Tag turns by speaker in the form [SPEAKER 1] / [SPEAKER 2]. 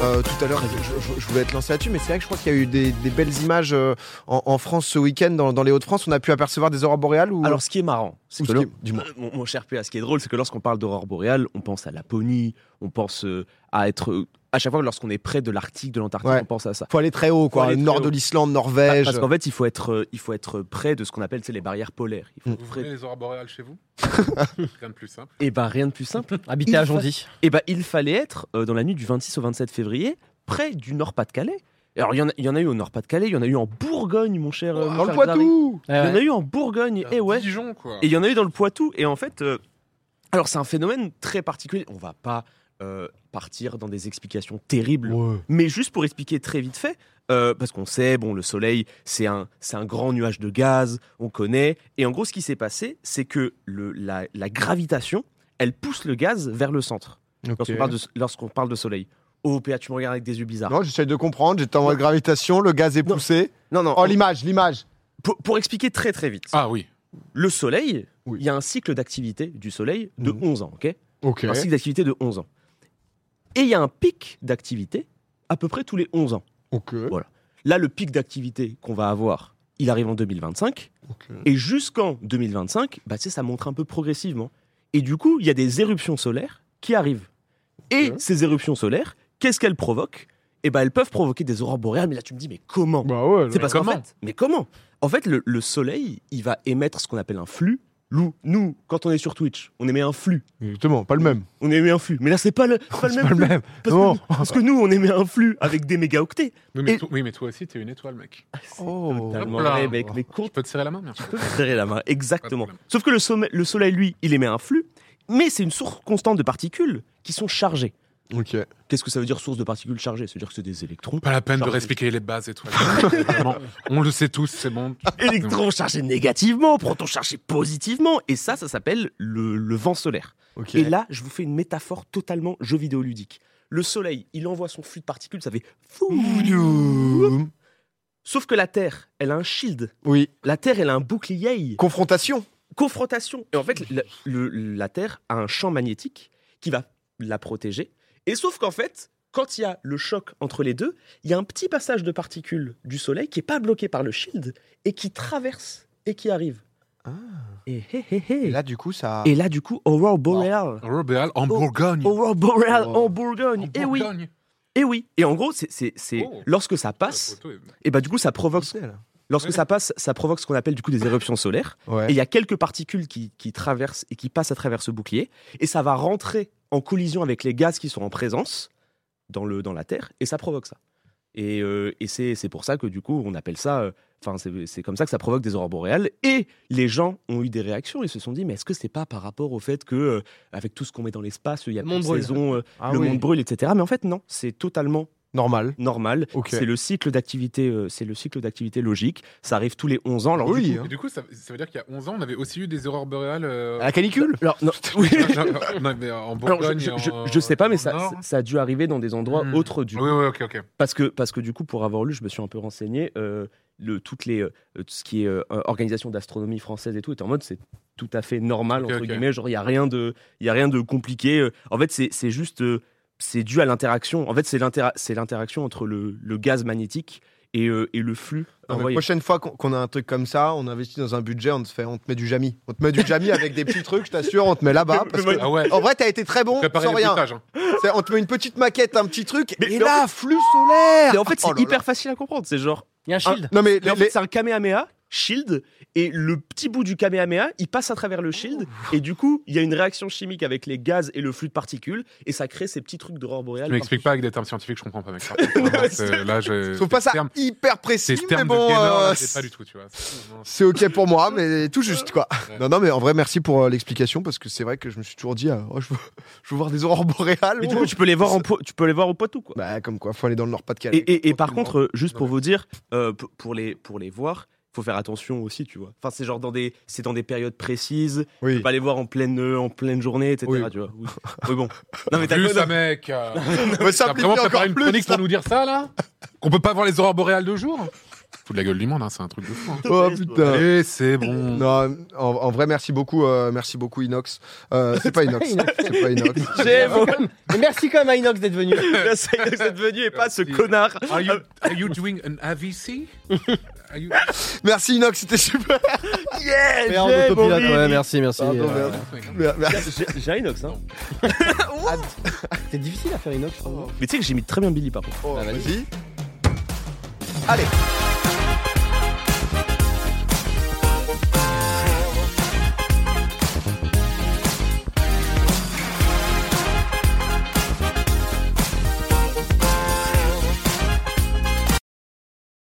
[SPEAKER 1] Euh, tout à l'heure, je, je- je voulais te lancer là-dessus, mais c'est vrai que je crois qu'il y a eu des, des belles images euh, en, en France ce week-end, dans, dans les Hauts-de-France. On a pu apercevoir des aurores boréales ou...
[SPEAKER 2] Alors, ce qui est marrant, c'est
[SPEAKER 1] Ou
[SPEAKER 2] que
[SPEAKER 1] ce qui
[SPEAKER 2] l'on-
[SPEAKER 1] est- du moins.
[SPEAKER 2] mon, mon cher Péa, ce qui est drôle, c'est que lorsqu'on parle d'aurore boréale, on pense à la Laponie, on pense euh, à être. euh, À chaque fois, lorsqu'on est près de l'Arctique, de l'Antarctique,
[SPEAKER 1] Ouais.
[SPEAKER 2] on pense à ça.
[SPEAKER 1] faut aller très haut, quoi.
[SPEAKER 2] Faut aller très
[SPEAKER 1] Nord
[SPEAKER 2] haut.
[SPEAKER 1] de l'Islande,
[SPEAKER 2] Pa-
[SPEAKER 1] Norvège.
[SPEAKER 2] Parce qu'en fait, il faut être, euh, il faut être près de ce qu'on appelle tu sais, les barrières polaires. Il faut
[SPEAKER 1] Mm.
[SPEAKER 2] être
[SPEAKER 3] Vous
[SPEAKER 2] près-
[SPEAKER 3] voulez les aurores boréales chez vous Rien de plus simple.
[SPEAKER 2] Et bah rien de plus simple.
[SPEAKER 4] Habité à Jondy.
[SPEAKER 2] Et bah il fallait être euh, dans la nuit du 26 au 27 février près du Nord-Pas-de-Calais. Alors il y, en a- il y en a eu au Nord-Pas-de-Calais, il y en a eu en Bourgogne, mon cher. euh, mon
[SPEAKER 1] dans Oh, le
[SPEAKER 2] cher Xavier.
[SPEAKER 1] Poitou
[SPEAKER 4] Eh
[SPEAKER 2] Il y en a
[SPEAKER 4] ouais.
[SPEAKER 2] eu en Bourgogne. Et
[SPEAKER 3] Un
[SPEAKER 2] ouais.
[SPEAKER 3] Dijon, quoi.
[SPEAKER 2] Et il y en a eu dans le Poitou. Et en fait, euh, alors c'est un phénomène très particulier. On va pas euh, partir dans des explications terribles, mais juste pour expliquer très vite fait. euh, parce qu'on sait, bon, le Soleil, c'est un, c'est un grand nuage de gaz, on connaît. Et en gros, ce qui s'est passé, c'est que le, la, la gravitation, elle pousse le gaz vers le centre. Lorsqu'on parle, de- lorsqu'on parle de Soleil. Oh, PA, tu me regardes avec des yeux bizarres.
[SPEAKER 1] Non, j'essaye de comprendre. J'étais en mode gravitation, le gaz est
[SPEAKER 2] Non.
[SPEAKER 1] poussé.
[SPEAKER 2] Non, non.
[SPEAKER 1] Oh, l'image, l'image.
[SPEAKER 2] pour, pour expliquer très très vite,
[SPEAKER 3] Ah oui.
[SPEAKER 2] le Soleil,
[SPEAKER 1] Oui.
[SPEAKER 2] il y a un cycle d'activité du Soleil de
[SPEAKER 1] Mhm.
[SPEAKER 2] 11 ans, ok
[SPEAKER 1] Ok.
[SPEAKER 2] un cycle d'activité de 11 ans. Et il y a un pic d'activité à peu près tous les 11 ans.
[SPEAKER 1] Ok.
[SPEAKER 2] Là, le pic d'activité qu'on va avoir, il arrive en 2025.
[SPEAKER 1] Ok.
[SPEAKER 2] Et jusqu'en 2025, bah, tu sais, ça monte un peu progressivement. Et du coup, il y a des éruptions solaires qui arrivent. Et
[SPEAKER 1] Ok.
[SPEAKER 2] ces éruptions solaires, qu'est-ce qu'elles provoquent Eh ben, elles peuvent provoquer des aurores boréales. Mais là, tu me dis, mais comment
[SPEAKER 1] Bah ouais.
[SPEAKER 2] C'est parce qu'en
[SPEAKER 3] comment
[SPEAKER 2] fait, mais comment En fait, le, le soleil, il va émettre ce qu'on appelle un flux. Nous, nous, quand on est sur Twitch, on émet un flux.
[SPEAKER 1] Exactement, pas le même.
[SPEAKER 2] On émet un flux. Mais là, c'est pas le, c'est pas le
[SPEAKER 1] C'est
[SPEAKER 2] même
[SPEAKER 1] pas le
[SPEAKER 2] flux.
[SPEAKER 1] même.
[SPEAKER 2] Parce,
[SPEAKER 1] Non.
[SPEAKER 2] que, nous- parce que nous, on émet un flux avec des mégaoctets.
[SPEAKER 3] Oui mais,
[SPEAKER 2] Et-
[SPEAKER 3] to- oui, mais toi aussi, t'es une étoile, mec.
[SPEAKER 1] Oh.
[SPEAKER 2] Totalement
[SPEAKER 3] Hop là.
[SPEAKER 2] vrai, mec. Mais
[SPEAKER 3] Je
[SPEAKER 2] compte
[SPEAKER 3] peux te serrer la main, merci.
[SPEAKER 2] serrer la main. Exactement.
[SPEAKER 3] Pas de problème.
[SPEAKER 2] Sauf que le, somme- le soleil, lui, il émet un flux, mais c'est une source constante de particules qui sont chargées.
[SPEAKER 1] Ok.
[SPEAKER 2] Qu'est-ce que ça veut dire source de particules chargées Ça veut dire que c'est des électrons.
[SPEAKER 3] Pas la peine de
[SPEAKER 2] Chargé.
[SPEAKER 3] réexpliquer les bases, étoile. Vraiment, on le sait tous, c'est bon.
[SPEAKER 2] Électrons chargés négativement, protons chargés positivement. Et ça, ça s'appelle le- le vent solaire.
[SPEAKER 1] Ok.
[SPEAKER 2] Et là, je vous fais une métaphore totalement jeu vidéo ludique. Le soleil, il envoie son flux de particules, ça fait fou. Sauf que la Terre, elle a un shield.
[SPEAKER 1] Oui.
[SPEAKER 2] La Terre, elle a un bouclier.
[SPEAKER 1] Confrontation.
[SPEAKER 2] Confrontation. Et en fait, le- le- la Terre a un champ magnétique qui va la protéger. Et sauf qu'en fait, quand il y a le choc entre les deux, il y a un petit passage de particules du soleil qui n'est pas bloqué par le shield et qui traverse et qui arrive.
[SPEAKER 1] Ah.
[SPEAKER 2] Et, hé, hé, hé.
[SPEAKER 1] Et là, ah. du coup, ça.
[SPEAKER 2] Et là, du coup, aurore boréale.
[SPEAKER 3] Robéal en
[SPEAKER 2] Oh.
[SPEAKER 3] Bourgogne.
[SPEAKER 2] Aurore boréale
[SPEAKER 1] Oh.
[SPEAKER 2] en Bourgogne.
[SPEAKER 3] En
[SPEAKER 2] Et oui,
[SPEAKER 3] Bourgogne.
[SPEAKER 2] et oui. Et en gros, c'est c'est- c'est-
[SPEAKER 3] Oh.
[SPEAKER 2] lorsque ça
[SPEAKER 3] La
[SPEAKER 2] passe,
[SPEAKER 3] photo est-
[SPEAKER 2] et bah du coup ça provoque, lorsque
[SPEAKER 3] Ouais.
[SPEAKER 2] ça passe, ça provoque ce qu'on appelle du coup des éruptions solaires. Et
[SPEAKER 1] Ouais.
[SPEAKER 2] il y a quelques particules qui, qui traversent et qui passent à travers ce bouclier, et ça va rentrer en collision avec les gaz qui sont en présence dans le dans la Terre, et ça provoque ça. Et, euh, et c'est c'est pour ça que du coup on appelle ça. euh, Enfin, c'est- c'est comme ça que ça provoque des aurores boréales. Et les gens ont eu des réactions. Ils se sont dit, mais est-ce que c'est pas par rapport au fait que, euh, avec tout ce qu'on met dans l'espace, il y a
[SPEAKER 4] Le
[SPEAKER 2] plus
[SPEAKER 4] monde
[SPEAKER 2] de
[SPEAKER 4] brûle.
[SPEAKER 2] saisons, euh,
[SPEAKER 1] Ah
[SPEAKER 2] le
[SPEAKER 1] oui.
[SPEAKER 2] monde brûle, etc. Mais en fait, non, c'est totalement
[SPEAKER 1] Normal.
[SPEAKER 2] normal.
[SPEAKER 1] Ok.
[SPEAKER 2] C'est le cycle d'activité, euh, c'est le cycle d'activité logique. Ça arrive tous les 11 ans. Alors, du
[SPEAKER 1] Oui.
[SPEAKER 2] coup-
[SPEAKER 1] hein.
[SPEAKER 3] Et du coup, ça, ça veut dire qu'il y a 11 ans, on avait aussi eu des aurores boréales. euh,
[SPEAKER 1] À la canicule.
[SPEAKER 2] bah, Alors, non, oui.
[SPEAKER 3] non, non, non, mais en
[SPEAKER 2] Alors,
[SPEAKER 3] Bourgogne.
[SPEAKER 2] je, je-
[SPEAKER 3] en-
[SPEAKER 2] je- je sais pas, mais
[SPEAKER 3] en
[SPEAKER 2] ça,
[SPEAKER 3] Nord.
[SPEAKER 2] ça a dû arriver dans des endroits
[SPEAKER 3] Hmm.
[SPEAKER 2] autres du
[SPEAKER 3] Oui, oui, ok, ok.
[SPEAKER 2] parce que parce que du coup, pour avoir lu, je me suis un peu renseigné. euh, le, toutes les euh, tout ce qui est euh, organisation d'astronomie française et tout est en mode c'est tout à fait normal
[SPEAKER 3] Ok,
[SPEAKER 2] entre
[SPEAKER 3] ok.
[SPEAKER 2] guillemets. Genre il y a rien de il y a rien de compliqué. Euh, En fait, c'est c'est juste euh, c'est dû à l'interaction. En fait, c'est l'intera- c'est l'interaction entre le, le gaz magnétique et, euh, et le flux
[SPEAKER 1] Non, mais
[SPEAKER 2] envoyé.
[SPEAKER 1] prochaine fois qu'on- qu'on a un truc comme ça, on investit dans un budget, on te fait, on te met du jamy, on te met du jamy avec des petits trucs, je t'assure, on te met là-bas. parce que-
[SPEAKER 3] Ah ouais,
[SPEAKER 2] Oh,
[SPEAKER 1] En vrai, t'as été très bon,
[SPEAKER 3] préparez
[SPEAKER 1] sans
[SPEAKER 3] les
[SPEAKER 1] rien.
[SPEAKER 3] potages. hein.
[SPEAKER 1] C'est- On te met une petite maquette, un petit truc,
[SPEAKER 2] Mais-
[SPEAKER 1] et
[SPEAKER 2] mais en
[SPEAKER 1] là, flux solaire.
[SPEAKER 2] Et en fait,
[SPEAKER 3] Ah,
[SPEAKER 2] c'est
[SPEAKER 1] Oh là là.
[SPEAKER 2] hyper facile à comprendre. C'est genre
[SPEAKER 4] Il y a un shield.
[SPEAKER 1] Non mais
[SPEAKER 2] Mais en
[SPEAKER 1] les-
[SPEAKER 2] fait, c'est un Kamehameha, shield, et le petit bout du Kamehameha, il passe à travers le shield, et du coup, il y a une réaction chimique avec les gaz et le flux de particules, et ça crée ces petits trucs d'aurore
[SPEAKER 3] Tu
[SPEAKER 2] boréale.
[SPEAKER 3] m'expliques pas avec des termes scientifiques, je comprends pas, mec. Vraiment, c'est- Là, je.
[SPEAKER 1] les- Sauf pas
[SPEAKER 3] ces
[SPEAKER 1] ça
[SPEAKER 3] termes-
[SPEAKER 1] hyper
[SPEAKER 3] Ces
[SPEAKER 1] précis, mais
[SPEAKER 3] termes de
[SPEAKER 1] bon,
[SPEAKER 3] gamer, là,
[SPEAKER 1] euh,
[SPEAKER 3] j'ai pas du tout, tu vois. C'est- non,
[SPEAKER 1] c'est ok pour moi, mais tout juste quoi.
[SPEAKER 3] Ouais.
[SPEAKER 1] Non, non, mais en vrai, merci pour euh, l'explication parce que c'est vrai que je me suis toujours dit, euh, oh, je, veux, je veux voir des aurores boréales.
[SPEAKER 2] Mais du
[SPEAKER 1] moi.
[SPEAKER 2] coup, tu peux les voir, en po- tu peux les voir au poitou, quoi.
[SPEAKER 1] Bah, comme quoi, faut aller dans le
[SPEAKER 3] Bah,
[SPEAKER 1] Nord-Pas-de-Calais.
[SPEAKER 2] Et, et- et par
[SPEAKER 1] tranquillement.
[SPEAKER 2] contre, euh, juste
[SPEAKER 3] Non,
[SPEAKER 2] pour
[SPEAKER 3] mais-
[SPEAKER 2] vous dire, euh, p- pour, les, pour les voir, faut faire attention aussi, tu vois. Enfin, c'est genre dans des, c'est dans des périodes précises,
[SPEAKER 1] oui.
[SPEAKER 3] Bah,
[SPEAKER 2] pas les voir en pleine, euh, en pleine journée, etc.
[SPEAKER 1] Oui.
[SPEAKER 2] Tu vois. Oui. Oui, bon. Non, mais t'as
[SPEAKER 3] Plus
[SPEAKER 2] quoi,
[SPEAKER 3] ça,
[SPEAKER 2] non
[SPEAKER 3] mec. euh,
[SPEAKER 1] On va
[SPEAKER 3] T'as
[SPEAKER 1] simplifier
[SPEAKER 3] vraiment préparé
[SPEAKER 1] encore
[SPEAKER 3] une
[SPEAKER 1] plus.
[SPEAKER 3] chronique pour nous dire ça, là Qu'on peut pas voir les aurores boréales de jour Faut de la gueule du monde, hein, c'est un truc de fou. hein.
[SPEAKER 1] Oh putain.
[SPEAKER 3] Allez, c'est bon.
[SPEAKER 1] Non, en, en vrai, merci beaucoup, euh, merci beaucoup Inox. Euh, c'est pas Inox,
[SPEAKER 4] Inox.
[SPEAKER 1] c'est pas Inox.
[SPEAKER 2] J'ai vos
[SPEAKER 4] Et merci quand même à Inox d'être venu.
[SPEAKER 2] merci que vous êtes venu et pas ce
[SPEAKER 3] Merci.
[SPEAKER 2] connard. Euh,
[SPEAKER 3] Are you, are you doing an AVC Are you-
[SPEAKER 1] Merci Inox, c'était super.
[SPEAKER 2] Yeah,
[SPEAKER 4] Super en
[SPEAKER 2] j'ai mon
[SPEAKER 4] autopilote,
[SPEAKER 2] Bibi.
[SPEAKER 4] ouais, merci, merci.
[SPEAKER 1] Pardon,
[SPEAKER 4] Euh,
[SPEAKER 1] merde. Mer- mer-
[SPEAKER 4] J'ai- J'ai un Inox, hein. C'est difficile à faire Inox, je trouve.
[SPEAKER 2] Mais tu sais que j'ai mis très bien Billy par contre.
[SPEAKER 1] Oh,
[SPEAKER 4] Ah, vas-y.
[SPEAKER 1] vas-y.